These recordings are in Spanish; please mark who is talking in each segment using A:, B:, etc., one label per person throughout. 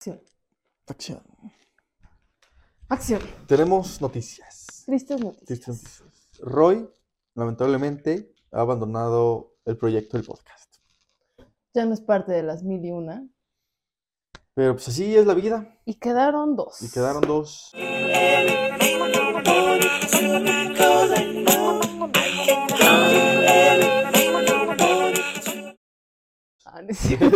A: Acción.
B: Acción.
A: Acción.
B: Tenemos noticias.
A: Tristes noticias.
B: Tristes noticias. Roy, lamentablemente, ha abandonado el proyecto del podcast.
A: Ya no es parte de las mil y una.
B: Pero pues así es la vida.
A: Y quedaron dos.
B: Y quedaron dos.
A: Ah, no es cierto.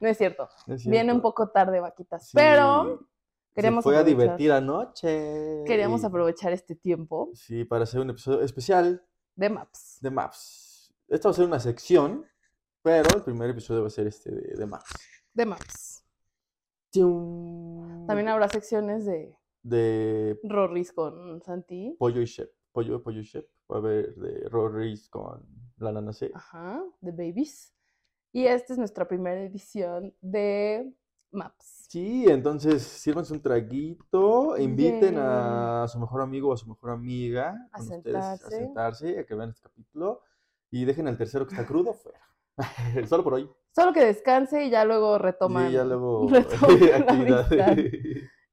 A: No es cierto. Viene un poco tarde, vaquitas. Pero queríamos
B: queremos fue a
A: aprovechar-
B: divertir anoche.
A: queríamos
B: Y-
A: aprovechar este tiempo
B: Sí, para hacer un episodio especial
A: de Maps.
B: de Maps. Esta va a ser una sección, pero el primer episodio va a ser este de, de Maps.
A: De Maps.
B: Tium.
A: También habrá secciones de
B: De
A: Rorris con Santi.
B: Pollo y Shep. Pollo, Pollo y Shep. Va a haber de Rorris con la nana C.
A: Ajá. De Babies. Y esta es nuestra primera edición de Maps.
B: Sí, entonces sírvanse un traguito, inviten a su mejor amigo o a su mejor amiga
A: A
B: con ustedes a
A: sentarse.
B: sentarse, a que vean este capítulo y dejen al tercero que está crudo fuera. Solo por hoy.
A: Solo que descanse y ya luego retoman.
B: Y ya luego
A: retoman la
B: actividad.
A: amistad.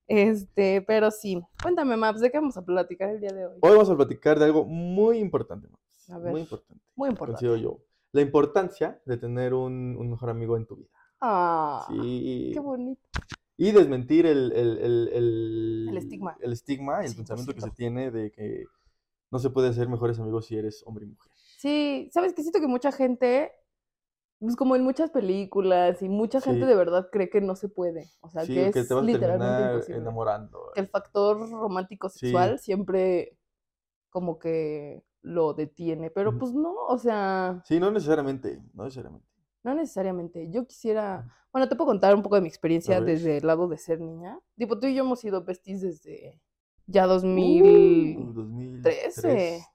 A: Este, pero sí. Cuéntame, Maps, ¿de qué vamos a platicar el día de hoy?
B: Hoy vamos a platicar de algo muy importante, Max,
A: A ver.
B: muy importante,
A: Muy importante.
B: considero yo. La importancia de tener un, un mejor amigo en tu vida.
A: Ah,
B: sí.
A: qué bonito.
B: Y desmentir el, el- el- el-
A: El estigma.
B: el estigma y el pensamiento que se
A: 100%.
B: tiene de que no se puede ser mejores amigos si eres hombre y mujer.
A: Sí, sabes que siento que mucha gente, pues como en muchas películas y mucha gente
B: Sí.
A: de verdad cree que no se puede, o sea,
B: sí,
A: que es
B: te vas a
A: literalmente
B: terminar
A: imposible.
B: enamorando.
A: Que El factor romántico
B: Sí.
A: sexual siempre como que lo detiene, pero
B: Ujú.
A: pues no, o sea,
B: Sí, no necesariamente, no necesariamente.
A: no necesariamente. Yo quisiera, bueno, te puedo contar un poco de mi experiencia
B: ver.
A: desde el lado de ser niña. Tipo, tú y yo hemos sido besties desde ya
B: Uh,
A: 2014.
B: 2013.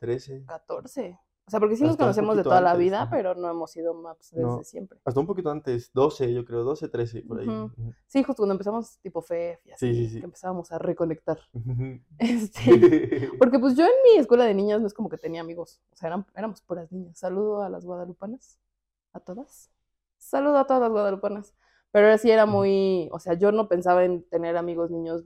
B: 13.
A: O sea, porque sí nos
B: Hasta un
A: conocemos de
B: poquito
A: toda la
B: antes,
A: vida,
B: ajá.
A: pero no hemos sido maps desde
B: No.
A: siempre.
B: Hasta un poquito antes, 12, yo creo, 12, 13, por ahí.
A: Ujú. Sí, justo cuando empezamos tipo FEF y así,
B: Sí, sí, sí.
A: que empezábamos a reconectar.
B: Ujú.
A: Este, porque pues yo en mi escuela de niñas no es como que tenía amigos, o sea, eran- éramos puras niñas. Saludo a las guadalupanas, a todas. Saludo a todas las guadalupanas. Pero ahora sí era
B: Ujú.
A: muy, o sea, yo no pensaba en tener amigos niños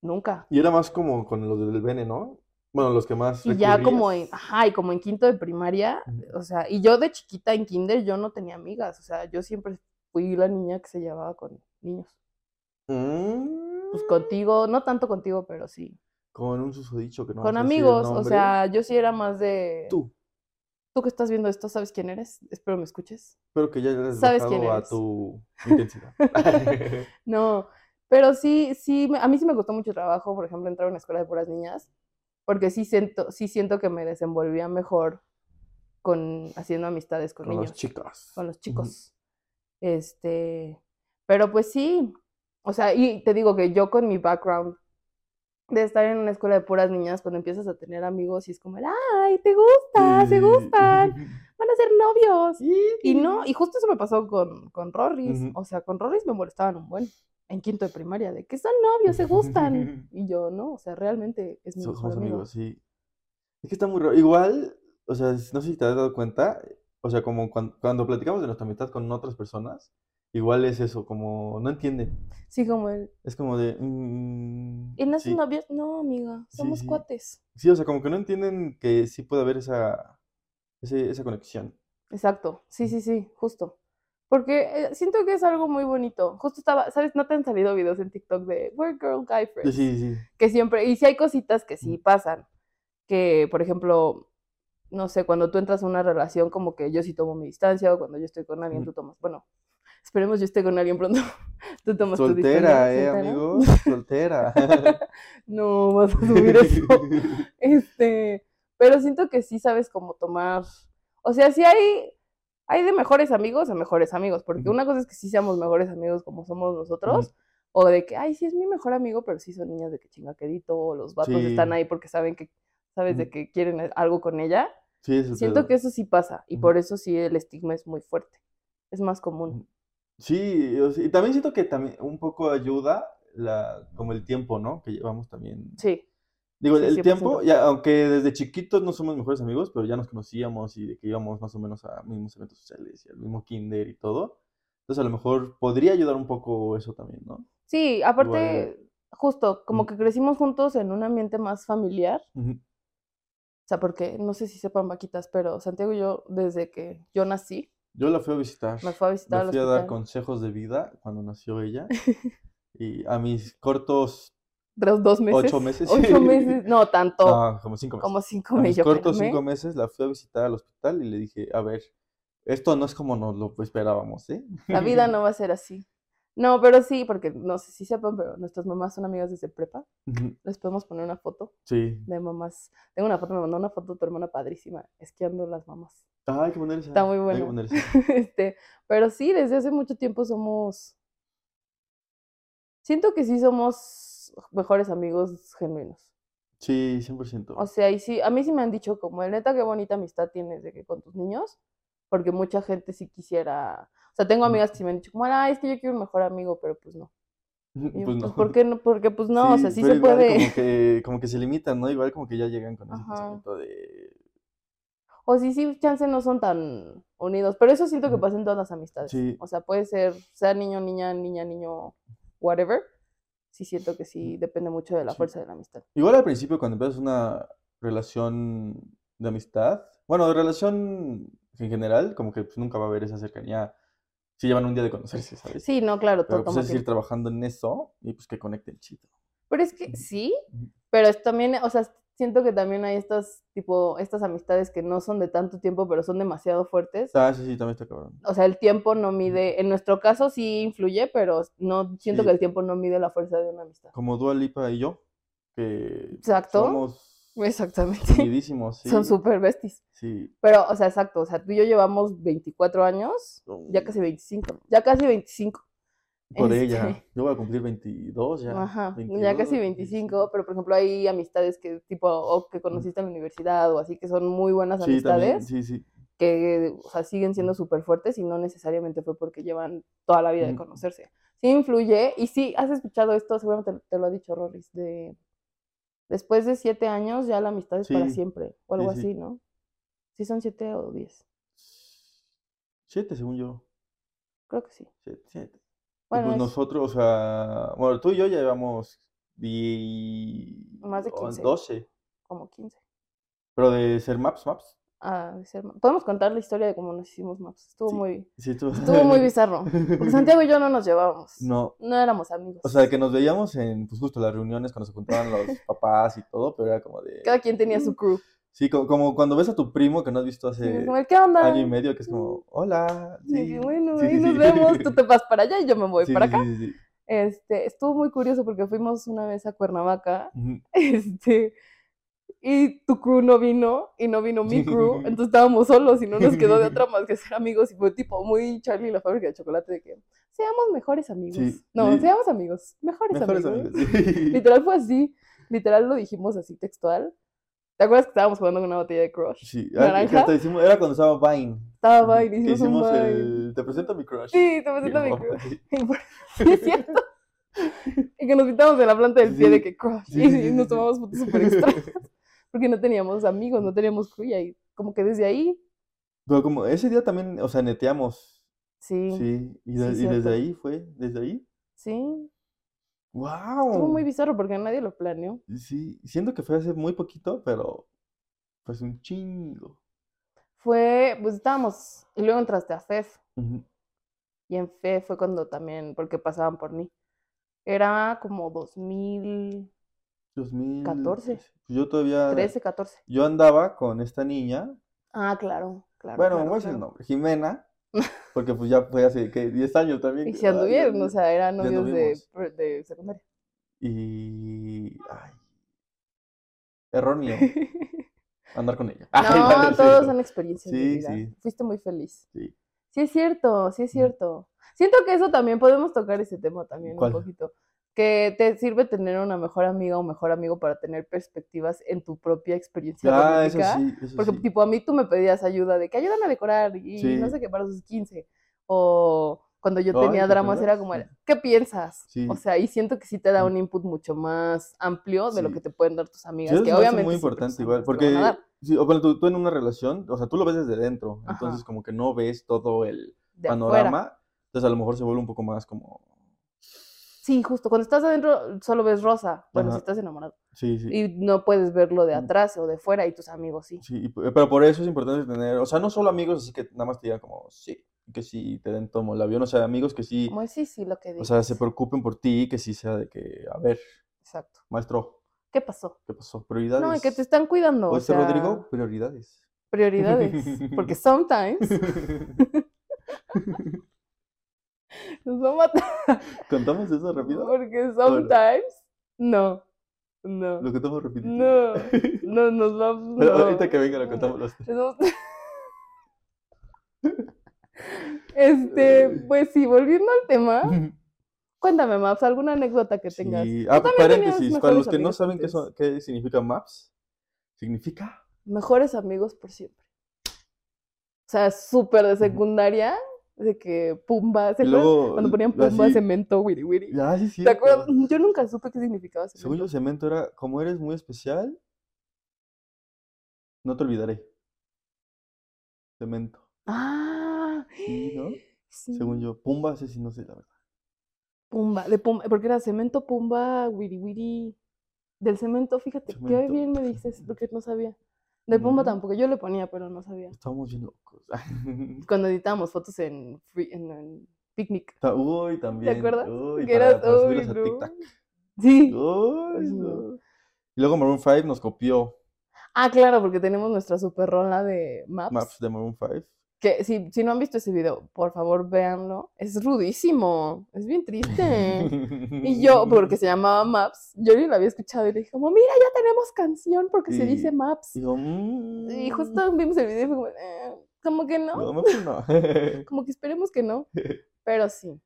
A: nunca.
B: Y era más como con los del Bene, ¿no? Bueno, los que más.
A: Y ya como en, Ah,
B: recurrías.
A: ajá, y como en quinto de primaria,
B: Ujú.
A: o sea, y yo de chiquita en kinder yo no tenía amigas, o sea, yo siempre fui la niña que se llevaba con niños.
B: Mm,
A: Pues contigo, no tanto contigo, pero sí.
B: Con un susodicho que no.
A: con
B: vamos a decir el
A: amigos, o
B: nombre.
A: sea, yo sí era más de...
B: Tú.
A: Tú que estás viendo esto, ¿sabes quién eres? Espero me escuches.
B: Espero que ya hayas
A: Sabes
B: bajado
A: quién
B: a
A: eres.
B: tu intensidad.
A: No, pero sí, sí, me- a mí sí me costó mucho trabajo, por ejemplo, entrar a una escuela de puras niñas, porque sí siento, sí siento que me desenvolvía mejor con haciendo amistades con,
B: con
A: niños.
B: las chicas.
A: con los
B: Ujú.
A: chicos. Este, pero pues sí, o sea, y te digo que yo con mi background de estar en una escuela de puras niñas, cuando empiezas a tener amigos y es como, el, ay, te gusta, Ah, se
B: Sí.
A: gustan, van a ser novios. Y
B: Sí.
A: no, y justo eso me pasó con, con Rorris,
B: Ujú.
A: o sea, con Rorris me molestaban un buen en quinto de primaria, de que son novios, se gustan. Y yo, no, o sea, realmente es mi
B: So-
A: mejor
B: Somos
A: amigo.
B: amigos, sí. Es que está muy raro. Igual, o sea, no sé si te has dado cuenta, o sea, como cuan- cuando, platicamos de nuestra amistad con otras personas, igual es eso, como no entienden.
A: Sí, como él.
B: Es como de. mm,
A: ¿Y no son
B: sí.
A: novios? No, amiga,
B: Sí,
A: somos
B: sí.
A: cuates.
B: Sí, o sea, como que no entienden que sí puede haber esa, ese- esa conexión.
A: Exacto, sí, sí, sí, justo. Porque eh, siento que es algo muy bonito. Justo estaba, ¿sabes? No te han salido videos en TikTok de We're Girl Guy
B: Sí,
A: Friends.
B: sí, sí.
A: Que siempre, y si hay cositas que sí pasan. Que, por ejemplo, no sé, cuando tú entras a una relación, como que yo sí tomo mi distancia, o cuando yo estoy con alguien,
B: Ujú.
A: tú tomas. Bueno, esperemos yo esté con alguien pronto. Tú tomas tu distancia.
B: Soltera, eh,
A: ¿Soltera?
B: amigo. Soltera.
A: No, vas a subir eso. Este, pero siento que sí sabes cómo tomar. O sea, sí hay, hay de mejores amigos a mejores amigos, porque
B: Ujú.
A: una cosa es que sí seamos mejores amigos como somos nosotros,
B: Ujú.
A: o de que, ay, sí es mi mejor amigo, pero sí son niñas de que chingaquedito, o los vatos
B: Sí.
A: están ahí porque saben que, sabes, de
B: Ujú.
A: que quieren e, algo con ella.
B: Sí, es el
A: Siento
B: pedo.
A: que eso sí pasa, y
B: Ujú.
A: por eso sí el estigma es muy fuerte. Es más común.
B: Mm. Sí, o sea, y también siento que también un poco ayuda la, como el tiempo, ¿no? Que llevamos también.
A: Sí,
B: Digo,
A: sí,
B: el
A: 100%.
B: tiempo, ya, aunque desde chiquitos no somos mejores amigos, pero ya nos conocíamos y de que íbamos más o menos a mismos eventos sociales y al mismo kinder y todo. Entonces, a lo mejor podría ayudar un poco eso también, ¿no?
A: Sí, aparte, justo, como
B: Mm.
A: que crecimos juntos en un ambiente más familiar.
B: Ujú.
A: O sea, porque no sé si sepan vaquitas, pero Santiago y yo, desde que yo nací,
B: Yo la fui a visitar.
A: me fue a visitar
B: Le
A: al
B: fui a dar
A: hospital.
B: consejos de vida cuando nació ella. Y a mis cortos,
A: Tras dos meses.
B: ocho meses.
A: Ocho meses, no tanto,
B: no, ah, como cinco meses.
A: como cinco
B: A mis
A: meses. yo
B: cortos
A: espérame.
B: cinco meses la fui a visitar al hospital y le dije, a ver, esto no es como nos lo esperábamos, ¿eh?
A: La vida no va a ser así. No, pero sí, porque no sé si sepan, pero nuestras mamás son amigas desde prepa.
B: Ujú,
A: Les podemos poner una foto
B: Sí.
A: de mamás. Tengo una foto, me mandó una foto tu hermana padrísima, esquiando las mamás.
B: Ah, hay que poner esa.
A: Está muy
B: Hay que
A: buena.
B: poner esa.
A: Este, pero sí, desde hace mucho tiempo somos. Siento que sí somos mejores amigos genuinos.
B: Sí, 100%.
A: O sea, y sí, a mí sí me han dicho como, el neta, qué bonita amistad tienes de que con tus niños, porque mucha gente sí quisiera, o sea, tengo
B: Mm.
A: amigas que sí me han dicho como, ah, es que yo quiero un mejor amigo, pero pues no.
B: Ujú,
A: Y yo,
B: pues
A: pues,
B: no.
A: ¿por qué no? Porque pues no, o sea, sí
B: pero
A: se
B: igual
A: puede.
B: Como que, como que se limitan, ¿no? Igual como que ya llegan con ese
A: Ajá.
B: pensamiento de...
A: O sí, sí, chance no son tan unidos, pero eso siento que
B: Ujú.
A: pasa en todas las amistades.
B: Sí.
A: O sea, puede ser, sea niño, niña, niña, niño, whatever. Sí siento que sí depende mucho de la
B: Sí.
A: fuerza de la amistad.
B: Igual al principio cuando empiezas una relación de amistad, bueno, de relación en general, como que pues, nunca va a haber esa cercanía. Si llevan un día de conocerse, ¿sabes?
A: Sí, no, claro, todo
B: Pero pues
A: toma
B: es ir
A: tiempo.
B: trabajando en eso y pues que conecten chido.
A: Pero es que sí,
B: Ujú.
A: pero es también, o sea, siento que también hay estas, tipo, estas amistades que no son de tanto tiempo, pero son demasiado fuertes.
B: Ah, sí, sí, también está cabrón.
A: O sea, el tiempo no mide, en nuestro caso sí influye, pero no siento
B: Sí.
A: que el tiempo no mide la fuerza de una amistad.
B: Como Dua Lipa y yo, que
A: Exacto.
B: somos
A: Exactamente.
B: unidísimos, sí.
A: Son súper besties.
B: Sí,
A: Pero, o sea, exacto, o sea, tú y yo llevamos 24 años, ya
B: Mm.
A: casi 25, ya casi 25.
B: por
A: Este,
B: ella. Yo voy a cumplir 22 ya.
A: Ajá, ya
B: 22,
A: casi 25, pero por ejemplo hay amistades que tipo, o que conociste en la universidad o así, que son muy buenas
B: Sí, también,
A: amistades,
B: sí, sí.
A: que o sea, siguen siendo súper fuertes y no necesariamente fue porque llevan toda la vida de
B: Mm.
A: conocerse. Sí influye, y sí, has escuchado esto, seguramente te, te lo ha dicho Rorris, de después de siete años ya la amistad es para
B: Sí,
A: siempre, o algo
B: sí, sí.
A: así, ¿no? Sí son siete o diez,
B: Siete, según yo.
A: creo que sí.
B: Siete, siete. Y
A: Bueno,
B: pues
A: es-
B: nosotros, o sea, bueno, tú y yo ya llevamos di-
A: Más de
B: o
A: 15.
B: 12,
A: como 15.
B: pero de ser maps, maps.
A: Ah, de ser ma- Podemos contar la historia de cómo nos hicimos maps. Estuvo
B: Sí.
A: muy,
B: Sí, tú-
A: estuvo muy bizarro. Porque Santiago y yo no nos llevábamos.
B: No,
A: No éramos amigos.
B: o sea, que nos veíamos en, pues justo las reuniones cuando se juntaban los papás y todo, pero era como de...
A: Cada quien tenía su crew.
B: Sí, co- como, cuando ves a tu primo que no has visto
A: Y
B: hace
A: yo como, ¿qué onda?
B: año y medio, que es como, hola.
A: Y dije,
B: sí,
A: bueno,
B: sí, sí,
A: ahí nos
B: sí".
A: vemos. Tú te vas para allá y yo me voy
B: Sí,
A: para
B: sí,
A: acá.
B: sí, sí, sí.
A: Este, estuvo muy curioso porque fuimos una vez a Cuernavaca.
B: Ujú.
A: Este, y tu crew no vino y no vino mi crew. Entonces estábamos solos y no nos quedó de otra más que ser amigos. Y fue tipo muy Charlie y la fábrica de chocolate de que seamos mejores amigos.
B: Sí,
A: no,
B: sí.
A: seamos amigos. Mejores,
B: Mejores
A: amigos.
B: amigos. sí.
A: Literal fue así. Literal lo dijimos así textual. ¿Te acuerdas que estábamos jugando con una botella de crush?
B: Sí, ah, que- que
A: Naranja.
B: hasta hicimos, era cuando estaba Vine.
A: Estaba
B: Ujú,
A: Vine,
B: que
A: hicimos un
B: hicimos
A: Vine.
B: el. Te presento a mi crush.
A: Sí, te presento a mi
B: Guau,
A: crush.
B: sí.
A: Y por- sí, es cierto. Y que nos quitamos de la planta del pie
B: Sí,
A: de que crush.
B: sí,
A: y,
B: sí, sí,
A: nos
B: sí.
A: tomamos fotos súper extrañas. Porque no teníamos amigos, no teníamos crew. Y ahí, como que desde ahí,
B: Pero como ese día también, o sea, neteamos.
A: sí.
B: Sí, y, de-
A: sí,
B: y
A: cierto.
B: desde ahí fue, desde ahí.
A: Sí,
B: ¡Wow!
A: estuvo muy bizarro porque nadie lo planeó.
B: Sí, siento que fue hace muy poquito, pero pues un chingo.
A: Fue, pues estábamos, y luego entraste a FEF,
B: Ujú.
A: y en FEF fue cuando también, porque pasaban por mí. Era como 2013,
B: 2013. Pues yo todavía,
A: 14.
B: yo andaba con esta niña,
A: Ah, claro, claro.
B: bueno,
A: claro,
B: voy a decir el
A: claro.
B: nombre, Jimena, porque pues ya fue hace, ¿qué? 10 años también.
A: Y
B: que-
A: se
B: ay, Dios
A: anduvieron,
B: mío.
A: o sea, eran
B: Ya
A: novios de,
B: anduvimos.
A: pre- de secundaria.
B: Y. Ay, error mío andar con ella. Ay, no, no
A: No,
B: es
A: todos
B: cierto.
A: son experiencias de
B: Sí,
A: vida.
B: sí.
A: Fuiste muy feliz.
B: Sí. Mm.
A: Sí, es cierto, sí es
B: Ujú.
A: cierto. Siento que eso también podemos tocar ese tema también
B: ¿Cuál?
A: un poquito. Que te sirve tener una mejor amiga o mejor amigo para tener perspectivas en tu propia experiencia
B: Ah, eso
A: romántica.
B: sí, eso
A: Porque,
B: sí.
A: tipo, a mí tú me pedías ayuda de que ayúdame a decorar y no
B: Sí.
A: sé qué para sus 15. O cuando yo
B: Ay,
A: tenía
B: ¿te
A: dramas era
B: acuerdas?
A: como, el,
B: Sí.
A: ¿qué piensas? O
B: Sí.
A: sea, y siento que sí te da
B: Mm.
A: un input mucho más amplio de lo
B: Sí.
A: que te pueden dar tus
B: Sí,
A: amigas,
B: eso
A: que
B: se me hace muy
A: obviamente siempre tus
B: importante igual,
A: amigas te lo van a
B: porque
A: dar
B: sí, o bueno, tú, tú en una relación, o sea, tú lo ves desde dentro,
A: Ajá.
B: entonces como que no ves todo el
A: de afuera.
B: panorama, Entonces a lo mejor se vuelve un poco más como...
A: Sí, justo. Cuando estás adentro solo ves rosa. Bueno,
B: Ajá.
A: si estás enamorado.
B: Sí, sí.
A: Y no puedes verlo de
B: Mm.
A: atrás o de fuera y tus amigos sí.
B: Sí, y p- pero por eso es importante tener, o sea, no solo amigos así que nada más te digan como, sí, que sí te den tomo el avión, o sea, amigos que sí,
A: Como es, sí, sí, lo que digo.
B: o sea, se preocupen por ti, que sí sea de que, a ver,
A: Exacto.
B: maestro,
A: ¿Qué pasó?
B: ¿qué pasó?
A: No, y
B: Prioridades.
A: que te están cuidando. O
B: Oíste,
A: sea,
B: Rodrigo, prioridades.
A: prioridades. Porque sometimes nos va a matar.
B: ¿Contamos eso rápido?
A: Porque sometimes. No. No.
B: Lo contamos rapidito.
A: No. No nos va
B: Pero
A: no.
B: ahorita que venga lo contamos los tres.
A: Les vamos- Este, pues sí, volviendo al tema, cuéntame, Maps, alguna anécdota que Ah, tengas.
B: Sí. Ah,
A: también tenías
B: paréntesis, para
A: mejores
B: los que no
A: amigos
B: saben qué,
A: antes.
B: son- qué significa MAPS, significa
A: Mejores amigos por siempre. O sea, súper de secundaria, de que pumba, ¿se
B: Y
A: acuerdan?
B: luego,
A: Cuando ponían
B: lo
A: pumba,
B: así-
A: cemento, wiri wiri.
B: Ah, sí,
A: ¿Te acuerdas?
B: cierto.
A: Yo nunca supe qué significaba
B: Según yo, cemento
A: cemento.
B: era, como eres muy especial, no te olvidaré. Cemento.
A: Ah,
B: Sí, ¿no?
A: sí,
B: Según yo. Pumba, ese sí, no sé, la verdad.
A: Pumba, de pumba, porque era cemento, pumba, wiri wiri. Del cemento, fíjate, qué
B: Cemento.
A: bien me dices, porque no sabía. De pumba
B: Ujú.
A: tampoco, yo le ponía, pero no sabía.
B: Estábamos bien locos.
A: Cuando editábamos fotos en, free- en, en picnic.
B: Ta- Uy, también.
A: acuerdas?
B: Uy,
A: Que
B: para,
A: eras,
B: para subirlas
A: uy,
B: a
A: no.
B: TikTok.
A: Sí.
B: Uy,
A: no.
B: no. Y luego Maroon 5 nos copió
A: Ah, claro, porque tenemos nuestra super rola de maps.
B: Maps de Maroon 5.
A: Que si, si no han visto ese video, por favor véanlo. Es rudísimo. Es bien triste. Eh, Y yo, porque se llamaba Maps, yo ni la había escuchado y le dije, como, mira, ya tenemos canción porque se dice
B: Y-
A: Maps.
B: Y yo, mmm.
A: Y justo vimos el video y fue como, "Eh, como que no,
B: No, Maps no.
A: como que esperemos que no. Pero sí,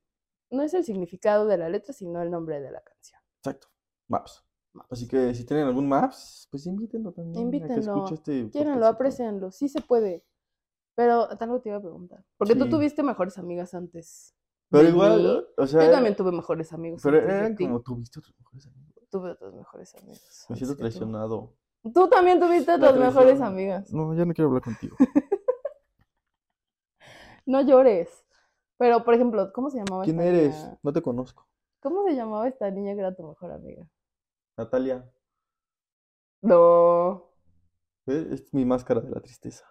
A: no es el significado de la letra, sino el nombre de la canción.
B: Exacto, Maps. Así que si tienen algún Maps, pues invítenlo también. A que
A: Invítenlo.
B: escuche este
A: Quierenlo,
B: podcastito.
A: aprecienlo, sí se puede. Pero algo te iba a preguntar. Porque tú
B: Sí.
A: tuviste mejores amigas antes.
B: Pero
A: de
B: igual,
A: mí.
B: o sea.
A: Yo también tuve mejores amigos.
B: Pero
A: antes de
B: eran
A: ti.
B: como tuviste otros mejores amigos.
A: Tuve otros mejores
B: Me
A: amigos. antes
B: siento
A: que tú.
B: traicionado.
A: Tú también tuviste
B: Me
A: otras mejores
B: traicionan.
A: amigas.
B: No, ya no quiero hablar contigo.
A: No llores. Pero, por ejemplo, ¿cómo se llamaba
B: ¿Quién
A: esta
B: eres?
A: niña?
B: No te conozco.
A: ¿Cómo se llamaba esta niña que era tu mejor amiga?
B: Natalia,
A: No.
B: eh, es mi máscara de la tristeza.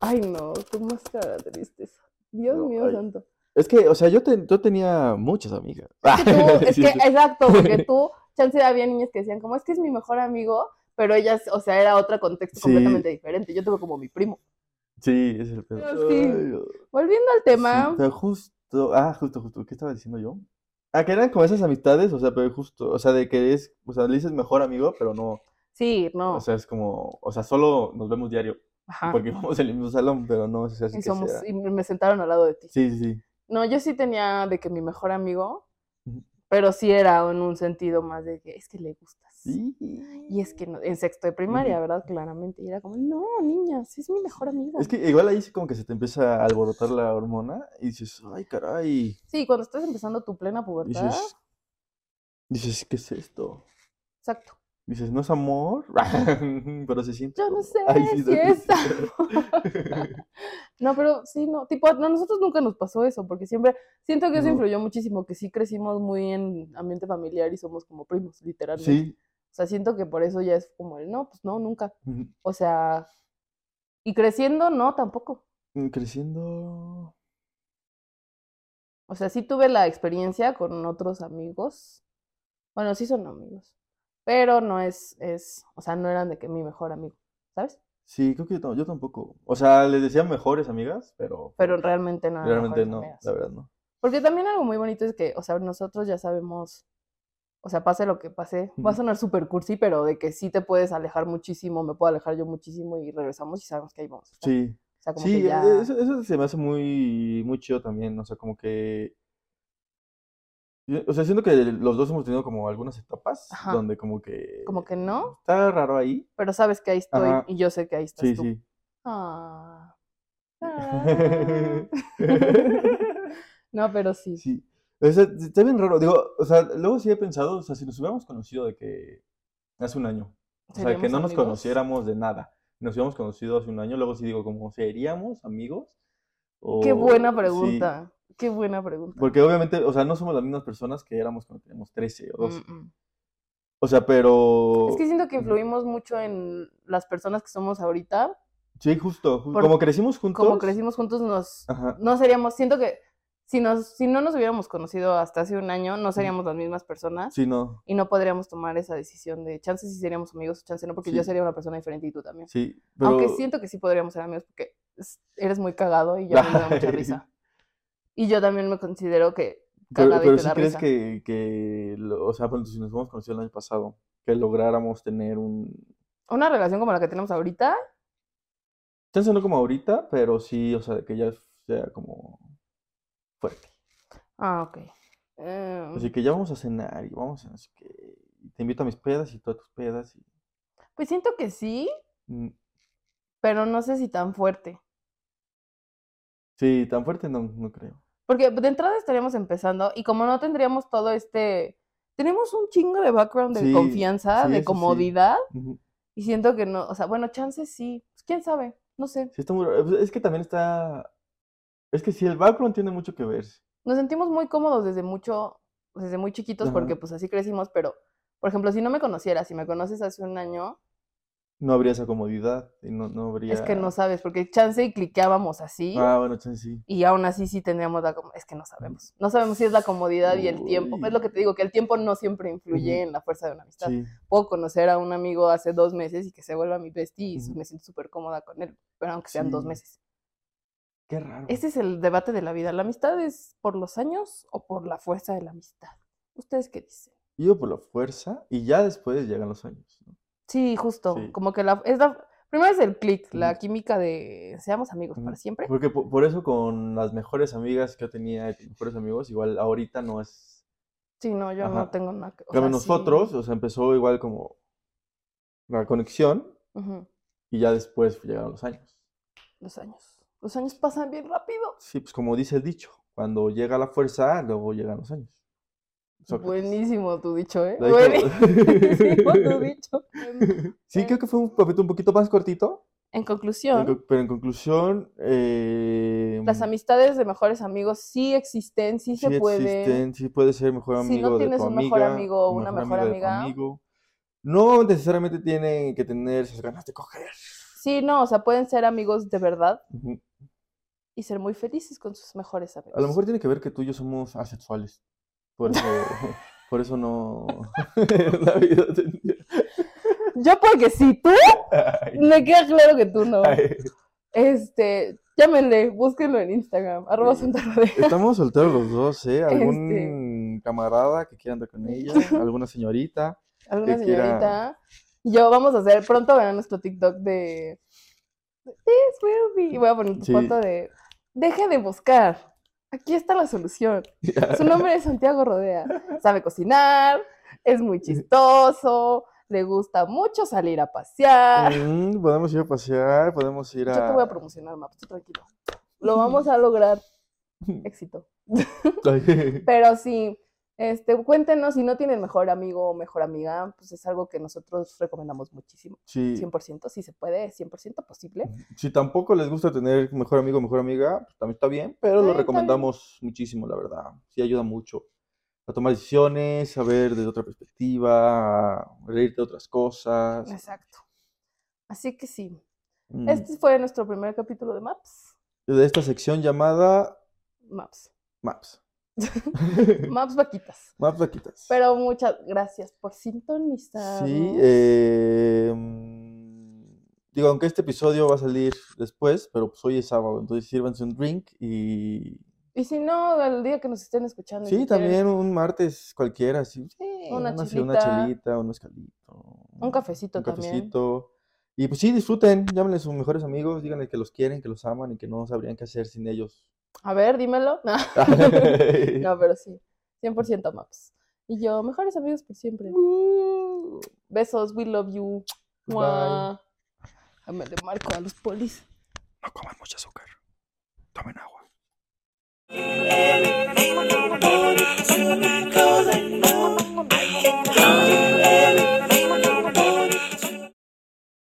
A: Ay, no. Tu máscara de tristeza. Dios
B: No,
A: mío
B: ay.
A: santo.
B: Es que, o sea, yo, ten- yo tenía muchas amigas.
A: Es que tú, es
B: Sí,
A: que,
B: sí.
A: exacto, porque tú, chance había niñas que decían, como es que es mi mejor amigo, pero ellas, o sea, era otro contexto
B: Sí.
A: completamente diferente. Yo tuve como mi primo.
B: Sí, ese es el pedo.
A: Pero sí,
B: Ay,
A: Volviendo al
B: Sí,
A: tema,
B: pero justo, ah, justo, justo, ¿qué estaba diciendo yo? Ah, que eran como esas amistades, o sea, pero justo, o sea, de que es, o sea, le dices mejor amigo, pero no,
A: sí, no.
B: o sea, es como, o sea, solo nos vemos diario,
A: ajá.
B: porque vamos en el mismo salón, pero no, es así
A: Y,
B: que
A: somos,
B: sea.
A: y me sentaron al lado de ti.
B: Sí, sí, sí,
A: No, yo sí tenía de que mi mejor amigo,
B: Ujú.
A: pero sí era en un sentido más de que es que le gustas.
B: sí.
A: Y es que no- en sexto de primaria, ¿verdad? Claramente. Y era como, no, niña, sí es mi mejor amiga.
B: Es que igual ahí sí como que se te empieza a alborotar la hormona y dices, ay, caray,
A: Sí, cuando estás empezando tu plena pubertad.
B: dices, dices, ¿qué es esto?
A: Exacto.
B: Dices, no es amor, pero se siente.
A: Yo no
B: como-
A: sé
B: Ay, sí,
A: si es
B: amor.
A: No, pero sí, no. Tipo, a no, nosotros nunca nos pasó eso, porque siempre siento que eso
B: No.
A: influyó muchísimo, que sí crecimos muy en ambiente familiar y somos como primos, literalmente.
B: Sí.
A: O sea, siento que por eso ya es como el no, pues no, nunca.
B: ujú.
A: O sea, y creciendo, no, tampoco.
B: Mm, Creciendo.
A: O sea, sí tuve la experiencia con otros amigos. Bueno, sí son amigos. Pero no es, es, o sea, no eran de que mi mejor amigo, ¿sabes?
B: Sí, creo que yo, tam- yo tampoco. O sea, les decía mejores amigas, pero.
A: Pero realmente no eran
B: Realmente
A: Ah, mejores
B: no,
A: amigas. Ah,
B: la verdad no.
A: Porque también algo muy bonito es que, o sea, nosotros ya sabemos, o sea, pase lo que pase, va a
B: Ujú.
A: sonar súper cursi, pero de que sí te puedes alejar muchísimo, me puedo alejar yo muchísimo y regresamos y sabemos que ahí vamos. a estar.
B: Sí.
A: O sea, como
B: Sí,
A: que
B: eh,
A: ya...
B: eso, eso se me hace muy, muy chido también. O sea, como que. yo- O sea, siento que los dos hemos tenido como algunas etapas
A: Ajá.
B: donde como que.
A: Como que no.
B: Está raro ahí.
A: Pero sabes que ahí estoy
B: Ajá.
A: y yo sé que ahí estás
B: Sí,
A: tú.
B: sí.
A: Ah. no, pero sí.
B: Sí. O sea, está bien raro. Digo, o sea, luego sí he pensado, o sea, si nos hubiéramos conocido de que hace un año. O sea, que
A: ¿Seríamos
B: no nos
A: amigos?
B: conociéramos de nada. Nos hubiéramos conocido hace un año, luego sí digo, como, ¿seríamos amigos?
A: Qué
B: O-
A: buena
B: sí,
A: pregunta. Qué buena pregunta.
B: Porque obviamente, o sea, no somos las mismas personas que éramos cuando teníamos 13 o 12.
A: Mm, mm.
B: O sea, pero...
A: Es que siento que
B: Ujú.
A: influimos mucho en las personas que somos ahorita.
B: Sí, justo. ju-
A: Por-
B: Como crecimos juntos.
A: Como crecimos juntos, nos,
B: Ajá.
A: no seríamos, siento que si, nos, si no nos hubiéramos conocido hasta hace un año, no seríamos las mismas personas
B: Sí, no.
A: y no podríamos tomar esa decisión de chance si seríamos amigos o chance no, porque yo
B: Sí.
A: sería una persona diferente y tú también.
B: Sí, pero...
A: Aunque siento que sí podríamos ser amigos porque es- eres muy cagado y yo a mí me da mucha
B: Ay.
A: risa. Y yo también me considero que
B: Pero,
A: cagado y
B: pero
A: te
B: sí
A: da
B: crees
A: risa.
B: que, que lo- o sea, por ejemplo, si nos hubiéramos conocido el año pasado, que lográramos tener un...
A: Una relación como la que tenemos ahorita,
B: Chance no como ahorita, pero sí, o sea, que ya sea como fuerte.
A: ah, ok. Em,
B: Así que ya vamos a cenar y vamos a... Así que te invito a mis pedas y tú a tus pedas y...
A: pues siento que sí,
B: Mm,
A: pero no sé si tan fuerte.
B: Sí, tan fuerte no, no creo.
A: Porque de entrada estaríamos empezando y como no tendríamos todo este... Tenemos un chingo de background de
B: Sí,
A: confianza,
B: sí,
A: de
B: eso sí.
A: comodidad
B: Ujú.
A: y siento que no, o sea, bueno, chances sí, pues, quién sabe, no sé.
B: Sí, está muy raro. pues, Es que también está... Es que sí, el background tiene mucho que ver.
A: Nos sentimos muy cómodos desde mucho, desde muy chiquitos
B: Ajá.
A: porque pues así crecimos, pero, por ejemplo, si no me conocieras, si me conoces hace un año,
B: No habría esa comodidad y no, no habría...
A: es que no sabes, porque chance y cliqueábamos así
B: Ah, bueno, chance sí.
A: y aún así sí tendríamos la comodidad, es que no sabemos. No sabemos si es la comodidad y el tiempo. Es lo que te digo, que el tiempo no siempre influye
B: Ujú.
A: en la fuerza de una amistad.
B: Sí.
A: puedo conocer a un amigo hace dos meses y que se vuelva mi bestie y
B: Ujú.
A: me siento súper cómoda con él, pero aunque sean dos
B: Sí.
A: meses.
B: Qué raro.
A: Este es el debate de la vida. ¿La amistad es por los años o por la fuerza de la amistad? ¿Ustedes qué dicen?
B: Yo por la fuerza y ya después llegan los años. ¿no?
A: Sí, justo.
B: Sí.
A: Como que la, es la- Primero es el click, la
B: Ujú.
A: química de seamos amigos para
B: Ujú.
A: siempre.
B: Porque po- por, eso con las mejores amigas que yo tenía, y los mejores amigos, igual ahorita no es...
A: Sí, no, yo no
B: Ajá.
A: tengo nada que... o
B: Pero
A: sea, sí.
B: nosotros, o sea, empezó igual como la conexión
A: Ujú,
B: y ya después llegaron los años.
A: Los años. Los años pasan bien rápido.
B: Sí, pues como dice el dicho, cuando llega la fuerza, luego llegan los años. Sócrates.
A: Buenísimo tu dicho, ¿eh?
B: Lo dijo-
A: Buenísimo tu dicho. En,
B: Sí, creo que fue un papel un poquito más cortito,
A: en
B: en
A: conclusión,
B: co- pero en conclusión... eh,
A: Las amistades de mejores amigos sí existen, sí,
B: sí
A: se pueden.
B: existen, sí puedes ser mejor
A: Si no
B: amigo de
A: tienes
B: tu
A: un mejor
B: amiga,
A: amigo o una mejor
B: de tu
A: amiga.
B: amigo. No necesariamente tienen que tener esas ganas de coger.
A: Sí, no, o sea, pueden ser amigos de verdad
B: Ujú.
A: y ser muy felices con sus mejores amigos.
B: A lo mejor tiene que ver que tú y yo somos asexuales. Por eso, por eso no... la vida te-
A: Yo porque si tú,
B: Ay,
A: me queda claro que tú no.
B: ay.
A: Este, llámenle, búsquenlo en Instagram, arroba
B: Sí.
A: Santa Rodríguez.
B: Estamos solteros los dos, ¿eh?
A: Este.
B: ¿Algún camarada que quiera andar con ella? ¿Alguna señorita?
A: alguna
B: que quiera-
A: señorita. Y Yo vamos a hacer, pronto verán nuestro TikTok de This will be. Y voy a poner tu
B: Sí.
A: foto de Deje de buscar. Aquí está la solución. Su nombre es Santiago Rodea. Sabe cocinar, es muy chistoso, le gusta mucho salir a pasear.
B: Mm, podemos ir a pasear, podemos ir a...
A: Yo te voy a promocionar, Maps, tú tranquilo. Lo vamos a lograr. Éxito.
B: Ay.
A: Pero sí, este, cuéntenos si no tienen mejor amigo o mejor amiga, pues es algo que nosotros recomendamos muchísimo.
B: Sí.
A: 100%, si se puede, es 100% posible.
B: Si tampoco les gusta tener mejor amigo o mejor amiga, pues también está bien, pero lo
A: Sí, Eh, está bien.
B: recomendamos muchísimo, la verdad. Sí ayuda mucho a tomar decisiones, a ver desde otra perspectiva, a reírte de otras cosas.
A: Exacto. Así que sí,
B: Mm,
A: este fue nuestro primer capítulo de Maps.
B: De esta sección llamada
A: Maps.
B: Maps.
A: Maps vaquitas.
B: Maps vaquitas.
A: Pero muchas gracias por sintonizar.
B: Sí, eh, mm, digo, aunque este episodio va a salir después, pero pues hoy es sábado, entonces sírvanse un drink y...
A: Y si no, el día que nos estén escuchando. y
B: Sí,
A: si quieren
B: también un martes cualquiera, sí. sí,
A: Una
B: ce- una
A: chilita.
B: chelita, un mezcalito.
A: Un cafecito
B: un
A: también.
B: cafecito. Y pues sí, disfruten, llámenle a sus mejores amigos, díganle que los quieren, que los aman y que no sabrían qué hacer sin ellos.
A: A ver, dímelo. No, no, pero sí. 100% Maps. Y yo, mejores amigos por siempre. Besos, we love you.
B: Bye.
A: Mua. Ay, Me le marco a los polis.
B: No coman mucho azúcar. Tomen agua.
C: Thank you.